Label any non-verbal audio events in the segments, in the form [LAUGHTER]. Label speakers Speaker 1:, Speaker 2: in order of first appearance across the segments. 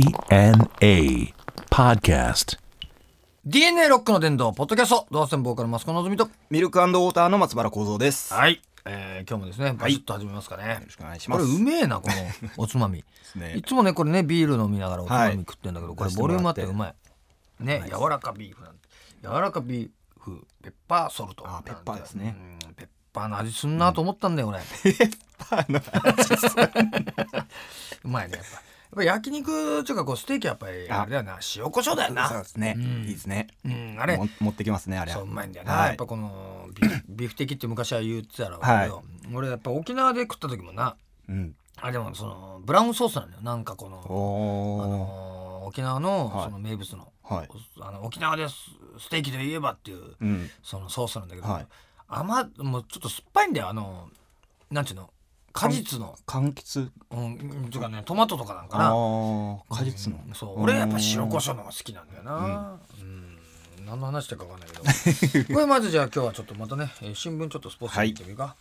Speaker 1: DNA Podcast.
Speaker 2: DNA ロックの殿堂、ポッドキャスト、ドアステンボーカル、マスコのぞみと。
Speaker 3: ミルクウォーターの松原幸三です。よ
Speaker 2: はい。えー、今日もですね、バシッと始めますかね。
Speaker 3: ろしくお願いし
Speaker 2: こ
Speaker 3: ま
Speaker 2: れ
Speaker 3: す。
Speaker 2: うめえな、このおつま
Speaker 3: [LAUGHS]
Speaker 2: み。
Speaker 3: ね
Speaker 2: いつもね、これね、ビール飲みながらおつまみ食ってんだけど、
Speaker 3: はい
Speaker 2: これボリュームあってうまい。ね、柔らかビーフなんて。柔らかビーフ、ペッパーソルト。
Speaker 3: あーペッパーですね
Speaker 2: うん。ペッパーの味すんなと思ったんだよ、俺。 [LAUGHS] うまいね、やっぱ。やっぱ焼肉っていうかこうステーキはやっぱりあれだよな塩コショウだよ
Speaker 3: そう
Speaker 2: な
Speaker 3: ですね。いいですね。
Speaker 2: うんあれ
Speaker 3: も持ってきますねあれ。
Speaker 2: そううまいんだよな、
Speaker 3: はい
Speaker 2: やっぱこのビーフ [LAUGHS] ビーフテキって昔は言ってたらわかるよ俺やっぱ沖縄で食った時もな
Speaker 3: うん。
Speaker 2: あれでもそのブラウンソースなんだよなんかこ
Speaker 3: お
Speaker 2: の、あ
Speaker 3: お
Speaker 2: のー沖縄の
Speaker 3: はい
Speaker 2: その名物の,、
Speaker 3: ー。はい。
Speaker 2: あの沖縄ですステーキといえばっていう
Speaker 3: うん。
Speaker 2: そのソースなんだけど、
Speaker 3: はい
Speaker 2: 甘もうちょっと酸っぱいんだよあのなんちゅうの果実の
Speaker 3: 柑橘。
Speaker 2: うんうんていうかねトマトとかなんかな
Speaker 3: ああ。果実の
Speaker 2: うん。そう俺やっぱ塩コ
Speaker 3: 胡椒
Speaker 2: ショウの方が好きなんだよなうん何の話してるかわかんないけど [LAUGHS] これまずじゃあ今日はちょっとまたねえー新聞ちょっとスポーツに行ってみるか、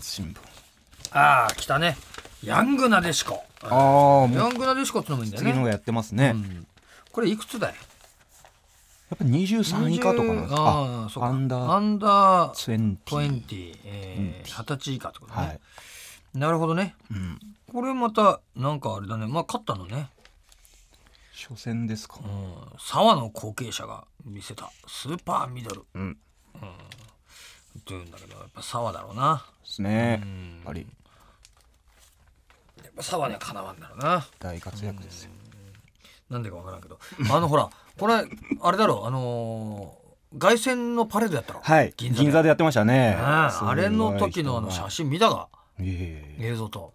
Speaker 3: 新聞。
Speaker 2: ああ来たねヤングなでしこ
Speaker 3: ああ
Speaker 2: ヤ
Speaker 3: もう
Speaker 2: ングなでしこってのもいいんだよ
Speaker 3: 次の
Speaker 2: ね
Speaker 3: がやってますね。
Speaker 2: これいくつだい
Speaker 3: やっぱ二十三以下とかなんです
Speaker 2: ああそうか
Speaker 3: か。アン
Speaker 2: ア
Speaker 3: ダー
Speaker 2: ンダー
Speaker 3: ツエンティ。
Speaker 2: 20えー二十歳以下ってことね、
Speaker 3: はい。
Speaker 2: なるほどね
Speaker 3: うん。
Speaker 2: これまたなんかあれだねまあ勝ったのね
Speaker 3: 初戦ですか。
Speaker 2: うん沢の後継者が見せたスーパーミドル
Speaker 3: うん。
Speaker 2: っていうんだけどやっぱ沢だろうな
Speaker 3: ですね。やっぱり
Speaker 2: やっぱ沢にはかなわんだろうな
Speaker 3: 大活躍ですよ。
Speaker 2: なんでかわからんけどあのほらこれあれだろあのー凱旋のパレードやったろ
Speaker 3: はい。
Speaker 2: 銀座
Speaker 3: 銀
Speaker 2: で
Speaker 3: 座でやってましたね。
Speaker 2: あああれの時のあの写
Speaker 3: 真。
Speaker 2: 真見たが
Speaker 3: ええ。
Speaker 2: 映像と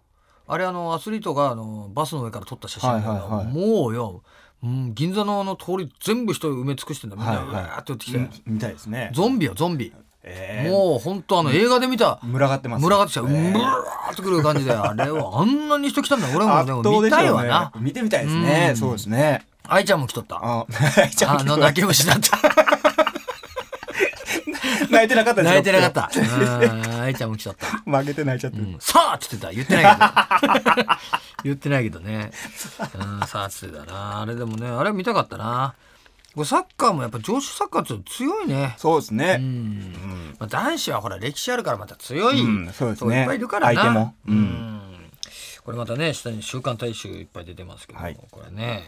Speaker 2: あれあのアスリートがあのバスの上から撮った写真だけど、
Speaker 3: はいはいはい
Speaker 2: もうよ、うん、銀座のあの通り全部人埋め尽くしてんだみんな
Speaker 3: はいはいう
Speaker 2: わーって寄ってきて、
Speaker 3: みたいですね。
Speaker 2: ゾンビよゾンビ、
Speaker 3: ええ
Speaker 2: もう本当あの映画で見た、
Speaker 3: 群がってます。
Speaker 2: 群がってきた、う
Speaker 3: ええ
Speaker 2: んぶわーってくる感じであれはあんなに人来たんだ俺も
Speaker 3: 圧
Speaker 2: で
Speaker 3: 倒
Speaker 2: も見
Speaker 3: でした
Speaker 2: い
Speaker 3: ょ
Speaker 2: わ
Speaker 3: うね
Speaker 2: な
Speaker 3: 見てみたいですね。
Speaker 2: うん
Speaker 3: そうですね。
Speaker 2: 愛ちゃんも来とった
Speaker 3: あ、泣いちゃ
Speaker 2: あ
Speaker 3: うけ
Speaker 2: の
Speaker 3: ど。
Speaker 2: 泣き虫だった。
Speaker 3: 泣いてなかったで
Speaker 2: [LAUGHS] 泣
Speaker 3: すよ
Speaker 2: いてなかった。うん愛ちゃんも来ちゃった。
Speaker 3: 負けて泣いちゃって
Speaker 2: うん
Speaker 3: る。
Speaker 2: さあっつってた。言ってないけど。 [LAUGHS] 言ってないけどね。うんさあっつってたな。あれでもね、あれ見たかったな。これサッカーもやっぱ女子サッカーって強いね。
Speaker 3: そうです
Speaker 2: う
Speaker 3: ね。
Speaker 2: ん。まあ、男子はほら歴史あるからまた強い。
Speaker 3: うんそうです
Speaker 2: 人
Speaker 3: ね
Speaker 2: がいっぱいいるからな。
Speaker 3: 相手も
Speaker 2: う
Speaker 3: うん
Speaker 2: ん。これまたね、下に週刊大衆いっぱい出てますけども、
Speaker 3: はい
Speaker 2: これね。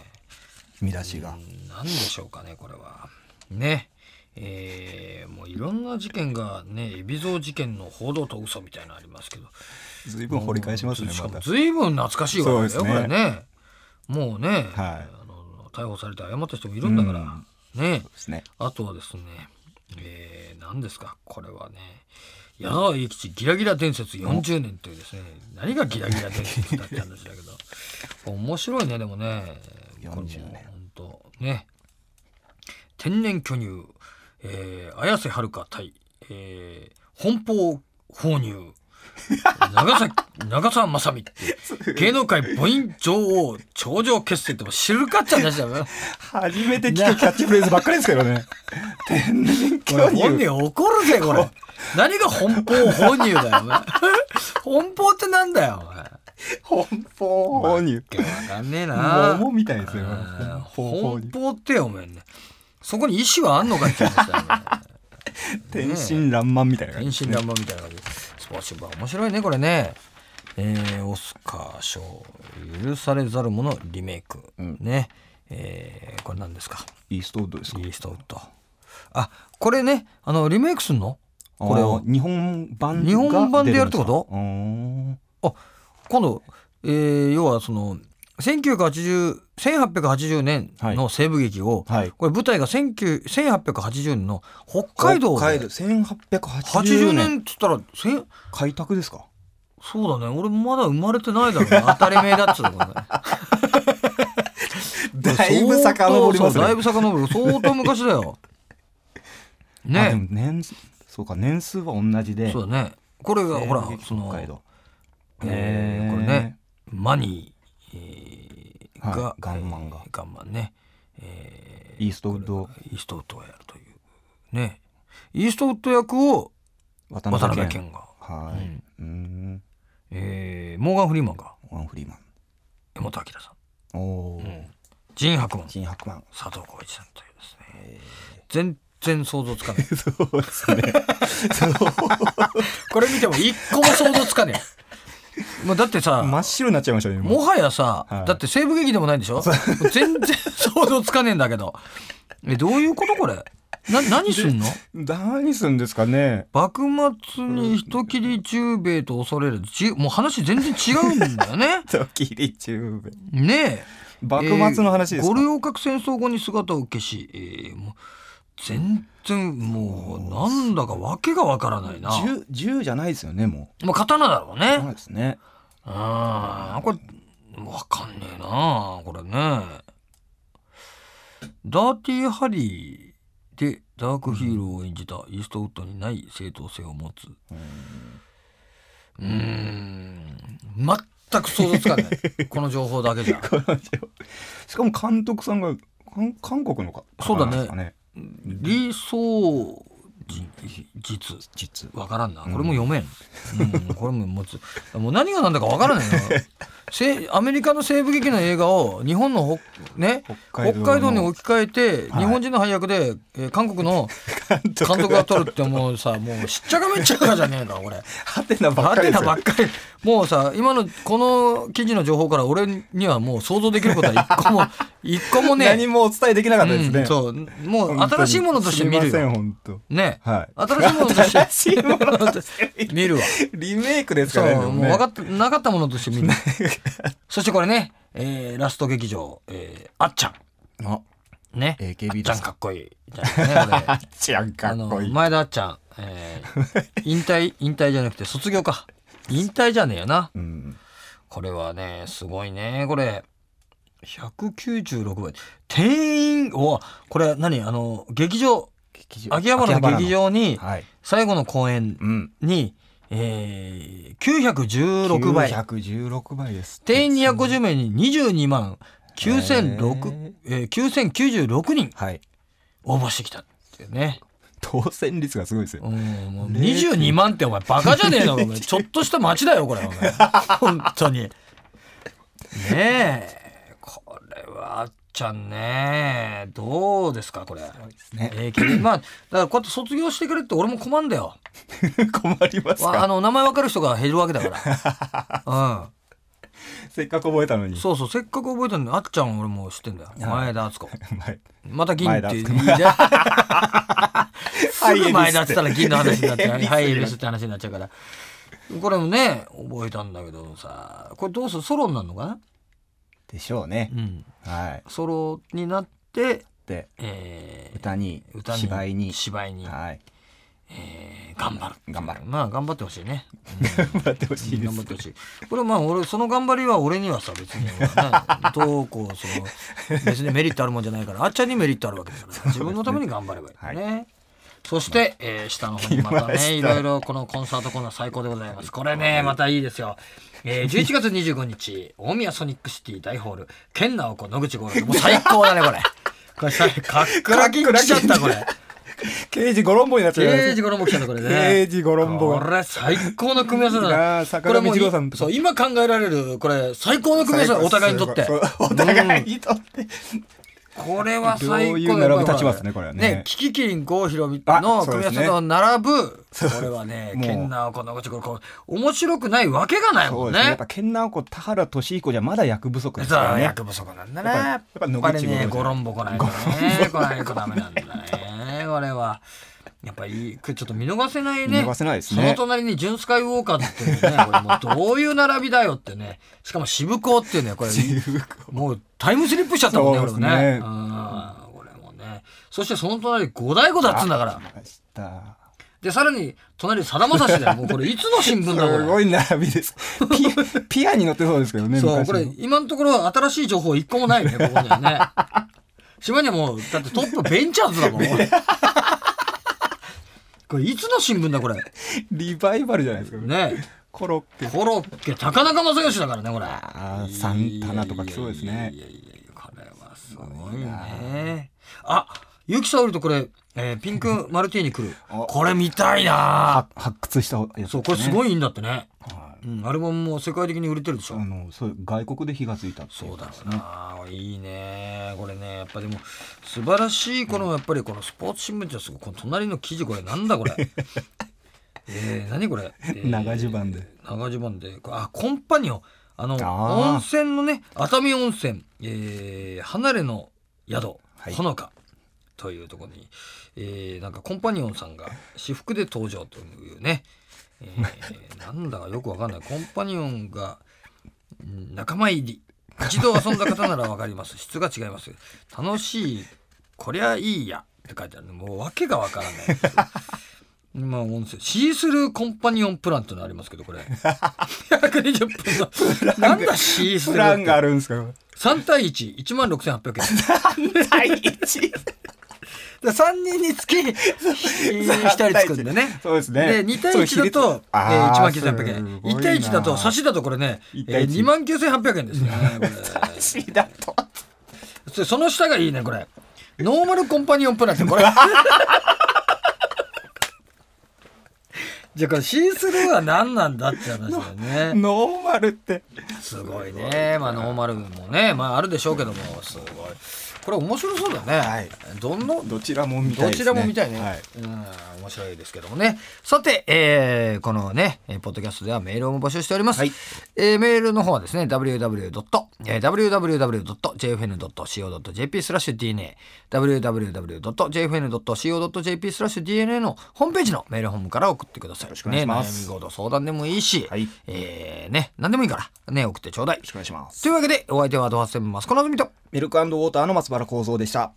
Speaker 3: 見出しが。
Speaker 2: 何でしょうかねこれは。ねえーもういろんな事件がね海老蔵事件の報道と嘘みたいなのありますけど
Speaker 3: ずいぶん掘り返しますね
Speaker 2: し、か
Speaker 3: ま
Speaker 2: も
Speaker 3: た。
Speaker 2: 随分懐かしいわけだ
Speaker 3: そ
Speaker 2: よ、これ
Speaker 3: うですね
Speaker 2: ねもうね、
Speaker 3: はい
Speaker 2: あの逮捕されて謝った人もいるんだから、ね
Speaker 3: ですね。
Speaker 2: あとはですね、えー、何ですかこれはね矢沢永吉ギラギラ伝説40年というですね何がギラギラ伝説だって話だけど面白いねでもねこれも
Speaker 3: 40
Speaker 2: 本
Speaker 3: 年
Speaker 2: 当ね天然巨乳、えー、綾瀬はるか対、えー、奔放放乳長崎 [LAUGHS] 長澤まさみって芸能界母音女王頂上決戦ってもう知るかっちゃう話だよな。
Speaker 3: 初めて聞くキャッチフレーズばっかりですけどね。天然
Speaker 2: これ
Speaker 3: 教
Speaker 2: [LAUGHS] 本
Speaker 3: 授。
Speaker 2: 人怒るぜこれ何が奔放本乳だよお前奔放ってなんだよお前
Speaker 3: 本邦放入。
Speaker 2: わかんねえな
Speaker 3: 桃みたいですよ
Speaker 2: うん
Speaker 3: 奔放
Speaker 2: 奔放ってお前ねそこに意思はあんのかって話だよ
Speaker 3: 天真爛漫みたいな感
Speaker 2: 天
Speaker 3: じ。
Speaker 2: 真爛漫みたいな感じスポーツバー面白いねこれねえーオスカー賞許されざる者リメイク、ねえーこれ何ですか
Speaker 3: イーストウッドですか
Speaker 2: イーストウッドあこれねあのリメイクすんのこれを
Speaker 3: あー日本版が
Speaker 2: 日本版でやるってこと
Speaker 3: 出るんですか
Speaker 2: あ今度、えー要はその1980 1880年の西部劇を、
Speaker 3: うーんはい。
Speaker 2: これ舞台が19 1880年の北海道
Speaker 3: 北海
Speaker 2: で
Speaker 3: 道1880
Speaker 2: 80
Speaker 3: 年
Speaker 2: 年っつったらせん
Speaker 3: 開拓ですか
Speaker 2: そうだね俺まだ生まれてないだろう
Speaker 3: [LAUGHS]
Speaker 2: な当たり前だっつうのね
Speaker 3: だいぶ遡りま
Speaker 2: そう
Speaker 3: す
Speaker 2: そうだい
Speaker 3: ね
Speaker 2: ぶ遡る相当昔だよ
Speaker 3: あで
Speaker 2: ね
Speaker 3: も年数そうか年数は同じで
Speaker 2: そうだねこれが
Speaker 3: 西
Speaker 2: ほ
Speaker 3: 部
Speaker 2: ら
Speaker 3: 劇
Speaker 2: その
Speaker 3: 北海道
Speaker 2: えー
Speaker 3: へー
Speaker 2: これねマニー、えーが、
Speaker 3: はいガンマンが
Speaker 2: えーガンマンね、えー
Speaker 3: イーストウッド
Speaker 2: イーストウッドがやるというねイーストウッド役を
Speaker 3: 渡
Speaker 2: 渡
Speaker 3: 辺
Speaker 2: 辺
Speaker 3: 謙
Speaker 2: 謙が、
Speaker 3: はいうん
Speaker 2: えーモーガン・フリーマンが
Speaker 3: ワンフリーマン
Speaker 2: 江本明さん
Speaker 3: おお
Speaker 2: んジン・ハクマン
Speaker 3: 新白マン。
Speaker 2: 佐藤浩市さんというですね全然想像つかない
Speaker 3: [LAUGHS] そうですね。
Speaker 2: [LAUGHS] これ見ても一個も想像つかねえもうだってさ
Speaker 3: 真っ白になっちゃいましたね。もう
Speaker 2: もはやさ、
Speaker 3: はい
Speaker 2: だって西部劇でもないんでしょ全然想像つかねえんだけどえどういうことこれな何すんの
Speaker 3: 何するんですかね。
Speaker 2: 幕末に人切り中兵衛と恐れるちもう話全然違うんだよ
Speaker 3: [LAUGHS]
Speaker 2: ね
Speaker 3: 時に中部。
Speaker 2: ねえ
Speaker 3: 幕末の話です
Speaker 2: えー五
Speaker 3: か。
Speaker 2: 稜郭戦争後に姿を消し、えーもう全然もうなんだか訳がわからないな
Speaker 3: 銃銃じゃないですよねも
Speaker 2: まあ刀だろう
Speaker 3: う。そう
Speaker 2: ね
Speaker 3: ですね。
Speaker 2: うんこれわかんねえなこれねダーティーハリーでダークヒーローを演じたイーストウッドにない正当性を持つうーん全く想像つかないこの情報だけじゃ
Speaker 3: この銃しかも監督さんが韓韓国のか。
Speaker 2: そうだね
Speaker 3: 方なんですかね。
Speaker 2: 理想実
Speaker 3: 実。
Speaker 2: わからんなこれも読めん、うんこれも持つもう何が何だかわからないなせアメリカの西部劇の映画を日本のほね
Speaker 3: 北
Speaker 2: 北
Speaker 3: 海
Speaker 2: 海
Speaker 3: 道の
Speaker 2: 道
Speaker 3: [LAUGHS]
Speaker 2: に置き換えて、
Speaker 3: はい
Speaker 2: 日本人の配役で、えー韓国
Speaker 3: [LAUGHS]
Speaker 2: の
Speaker 3: 監
Speaker 2: 監督が
Speaker 3: が
Speaker 2: 撮るってもう
Speaker 3: [LAUGHS]
Speaker 2: さもうしっちゃかめっちゃかじゃねえかこれ
Speaker 3: ハテナばっ
Speaker 2: ハ
Speaker 3: か
Speaker 2: テ
Speaker 3: りで
Speaker 2: ナ
Speaker 3: すよ
Speaker 2: ばっかりもうさ今のこの記事の情報から俺にはもう想像できることは一
Speaker 3: [LAUGHS]
Speaker 2: 個も一個もね
Speaker 3: 何もお伝えできなかったです
Speaker 2: う
Speaker 3: ね
Speaker 2: ん、。そうもう
Speaker 3: 本当
Speaker 2: 新
Speaker 3: に
Speaker 2: しいものとして見る
Speaker 3: すみま
Speaker 2: よ
Speaker 3: せん本当。
Speaker 2: ね、
Speaker 3: はい
Speaker 2: 新しいものとして
Speaker 3: 新しいものとして
Speaker 2: 見る [LAUGHS] わ
Speaker 3: リメイクです
Speaker 2: そ
Speaker 3: か
Speaker 2: う、
Speaker 3: らね。
Speaker 2: もう分かってなかったものとして見るそしてこれね、えーラスト劇場、えーあっちゃ
Speaker 3: た。あ、
Speaker 2: んね
Speaker 3: AKB
Speaker 2: あっちゃんかっこいいみたいなねこれ
Speaker 3: あ
Speaker 2: [LAUGHS]
Speaker 3: っちゃんかっこい
Speaker 2: あの
Speaker 3: い。
Speaker 2: 前田あっちゃん、えー引退引退じゃなくて卒業か引退じゃねえよな
Speaker 3: うん。
Speaker 2: これはねすごいねこれ196倍定員おこれ何あの劇場
Speaker 3: 劇場
Speaker 2: 秋葉原の劇。場に
Speaker 3: はい。
Speaker 2: 最後の公演
Speaker 3: うん。
Speaker 2: に、えー、916倍
Speaker 3: 116倍です。
Speaker 2: 定員250名に22万9006、えー、9096人
Speaker 3: はい。
Speaker 2: 応募してきたっていうね
Speaker 3: 当選率がすごいです
Speaker 2: う
Speaker 3: よ。
Speaker 2: ん、もう22万ってお前バカじゃねえのお [LAUGHS] 前ちょっとした町だよこれお前 [LAUGHS] 本当にねえこれはあっちゃんねどうですかこれ、
Speaker 3: ね
Speaker 2: えー君まあだからこうやって卒業してくれって俺も困んだよ
Speaker 3: [LAUGHS] 困ります
Speaker 2: わあ
Speaker 3: か。
Speaker 2: の名前わかる人が減るわけだ [LAUGHS] から、
Speaker 3: せっかく覚えたのに
Speaker 2: うん、。そうそうせっかく覚えたのにあっちゃん俺も知ってんだよ前田敦子
Speaker 3: [LAUGHS] はい。
Speaker 2: また銀っていいね [LAUGHS] す
Speaker 3: はい
Speaker 2: ぐ前田って言っ
Speaker 3: [LAUGHS]
Speaker 2: たら銀の話になっちゃう
Speaker 3: エビス
Speaker 2: ハイエビスって話になっちゃうからこれもね覚えたんだけどさこれどうするソロになるのかな、
Speaker 3: でしょうね
Speaker 2: う。ん、
Speaker 3: はい。
Speaker 2: ソロになって、
Speaker 3: で、
Speaker 2: えー
Speaker 3: 歌に、
Speaker 2: 歌に
Speaker 3: 芝居に、
Speaker 2: 芝居に、
Speaker 3: はい。 [LAUGHS]
Speaker 2: えー頑張る
Speaker 3: 頑張る
Speaker 2: まあ頑張ってほしいね、
Speaker 3: 頑張ってほしいで
Speaker 2: 頑張
Speaker 3: す
Speaker 2: っ。てほしいこれまあ俺その頑張りは俺にはさ別になどうこうその別にメリットあるもんじゃないからあっちゃんにメリットあるわけだから自分のために頑張ればいいね、そして、えー下の方にまた
Speaker 3: 来ました
Speaker 2: ねいろいろこのコンサートコーナー最高でございますこれねまたいいですよ、 [LAUGHS] えー、11月25日大宮ソニックシティ大ホール健直子野口五郎もう最高だねこれこれさ [LAUGHS] かっくらきん来ちゃったこれ
Speaker 3: 刑事ゴロンボになっちゃいます
Speaker 2: 刑事ゴロンボ来ちゃったこれね
Speaker 3: 刑事ゴロンボが
Speaker 2: これ最高の組み合わせだ
Speaker 3: いいな
Speaker 2: な
Speaker 3: 坂上
Speaker 2: これ
Speaker 3: 二
Speaker 2: も
Speaker 3: 郎
Speaker 2: う
Speaker 3: さんとか
Speaker 2: そう今考えられるこれ最高の組み合わせだお互いにとって
Speaker 3: そうお互いにとって。
Speaker 2: これは最
Speaker 3: ど
Speaker 2: 高
Speaker 3: ういう並び立ちますねこれはね
Speaker 2: キキキリン郷ひろみ
Speaker 3: あ
Speaker 2: の
Speaker 3: そ
Speaker 2: 組
Speaker 3: う
Speaker 2: み合
Speaker 3: です
Speaker 2: わ
Speaker 3: ね
Speaker 2: せと並ぶこれはね
Speaker 3: もう
Speaker 2: 健直子のこちここ面白くないわけがない
Speaker 3: そ
Speaker 2: も
Speaker 3: うんですね。や
Speaker 2: ね
Speaker 3: っぱ、ケンナオコ、田原俊彦じゃまだ役不足です
Speaker 2: 実
Speaker 3: から
Speaker 2: は
Speaker 3: ね。
Speaker 2: 役不足なんだね
Speaker 3: や
Speaker 2: や
Speaker 3: っ
Speaker 2: っ
Speaker 3: ぱ
Speaker 2: ぱ
Speaker 3: 野
Speaker 2: り
Speaker 3: 口五郎じゃ
Speaker 2: ね
Speaker 3: ん
Speaker 2: ご論ぼこないとねこないとダメなんだねこれはやっぱいいこれちょっと見逃せないね
Speaker 3: 見逃せないですね
Speaker 2: その隣にジュン・スカイウォーカーズっていう
Speaker 3: [LAUGHS]
Speaker 2: ねこれもうどういう並びだよってねしかも渋子っていうねこれもうタイムスリップしちゃったもんね
Speaker 3: そ
Speaker 2: 俺も
Speaker 3: うです
Speaker 2: ね
Speaker 3: ね
Speaker 2: うんこれもねそしてその隣五大五だっつうんだから
Speaker 3: ました。
Speaker 2: でさらに隣さだまさしだよもうこれいつの新聞だこ
Speaker 3: す
Speaker 2: れ
Speaker 3: ごい
Speaker 2: [LAUGHS]
Speaker 3: 並びです。ピピアに乗ってそうですけどね。
Speaker 2: そう、
Speaker 3: 昔
Speaker 2: これ、今のところ新しい情報一個も
Speaker 3: [LAUGHS]
Speaker 2: ないね、ここにはね。島にはもう、だってトップベンチャーズだもん。 [LAUGHS] これ、いつの新聞だ、これ。
Speaker 3: リバイバルじゃないですか。
Speaker 2: ね
Speaker 3: コロッケ。
Speaker 2: コロッケ、高中正義だからね、これ。
Speaker 3: あーサンタナとか来そうです
Speaker 2: い
Speaker 3: ね
Speaker 2: やいやいやいや、これはすごいね。あ、ゆきさおりとこれ、えーピン
Speaker 3: [LAUGHS]
Speaker 2: クマルティーニ来る。
Speaker 3: お
Speaker 2: これ見たいな
Speaker 3: は発掘したやつ、ね。
Speaker 2: そう、これすごいんだってね。
Speaker 3: は
Speaker 2: うん、アルバムも世界的に売れてるでしょ、
Speaker 3: あのそう外国で火がついたってい
Speaker 2: そうだろ
Speaker 3: こ
Speaker 2: う
Speaker 3: と
Speaker 2: な、いいねこれねやっぱでも素晴らしいこのやっぱりこのスポーツ新聞社のすごいこの隣の記事これなんだこ
Speaker 3: [LAUGHS]
Speaker 2: れえー、何これ、えー
Speaker 3: 長襦袢で
Speaker 2: 長襦袢でこれあコンパニオンあの
Speaker 3: あー
Speaker 2: 温泉のね熱海温泉、えー離れの宿
Speaker 3: はい
Speaker 2: ほのかというところに、えーなんかコンパニオンさんが私服で登場というね、え
Speaker 3: [LAUGHS]
Speaker 2: ーなんだかよくわかんないコンパニオンがうん仲間入り一度遊んだ方ならわかります質が違います楽しいこりゃいいやって書いてあるもう訳がわからないですよまあ温泉シースルーコンパニオンプランというのありますけどこれ [LAUGHS] 120分のなんだシース
Speaker 3: プ
Speaker 2: ルー
Speaker 3: ラ
Speaker 2: っ
Speaker 3: ン
Speaker 2: て
Speaker 3: があるんですか
Speaker 2: 3対11万6800円
Speaker 3: 第
Speaker 2: [LAUGHS]
Speaker 3: 一
Speaker 2: で3人につき1人つくんでね。
Speaker 3: そうですね
Speaker 2: で2対1だと、えー、1万9800円。1対1だと、差
Speaker 3: し
Speaker 2: しだとこれね、え
Speaker 3: 一対一
Speaker 2: 2万9800円ですね。これ
Speaker 3: しだと
Speaker 2: そその下がいいね、これ。ノーマルコンパニオンプランって、こ
Speaker 3: [LAUGHS]
Speaker 2: れ。じゃあこれシースルーは何なんだって話だよね。
Speaker 3: [LAUGHS] ノーマルって
Speaker 2: すごいね。まあノーマルもね、まああるでしょうけども、すごい。これ面白そうだね。
Speaker 3: はい
Speaker 2: どんな、
Speaker 3: どちらも見たい
Speaker 2: ど
Speaker 3: です
Speaker 2: ち
Speaker 3: ね
Speaker 2: らも見たいね。
Speaker 3: はい
Speaker 2: うん、面白いですけどもね。さて、えーこのね、えーポッドキャストではメールを募集しております。
Speaker 3: はい
Speaker 2: えーメールの方はですね、www. えー www.jfn.co.jp スラッシュ DNA、www.jfn.co.jp スラッシュ DNA のホームページのメールホームから送ってください。よろ
Speaker 3: しくお願いします
Speaker 2: ね、悩み事相談でもいいし、
Speaker 3: はい
Speaker 2: えーね、何でもいいから、ね、送ってちょうだい
Speaker 3: よろし。くお願いします
Speaker 2: というわけで、お相手はドハセンマスコナズミと、
Speaker 3: ミルクウォーターの松原幸三でした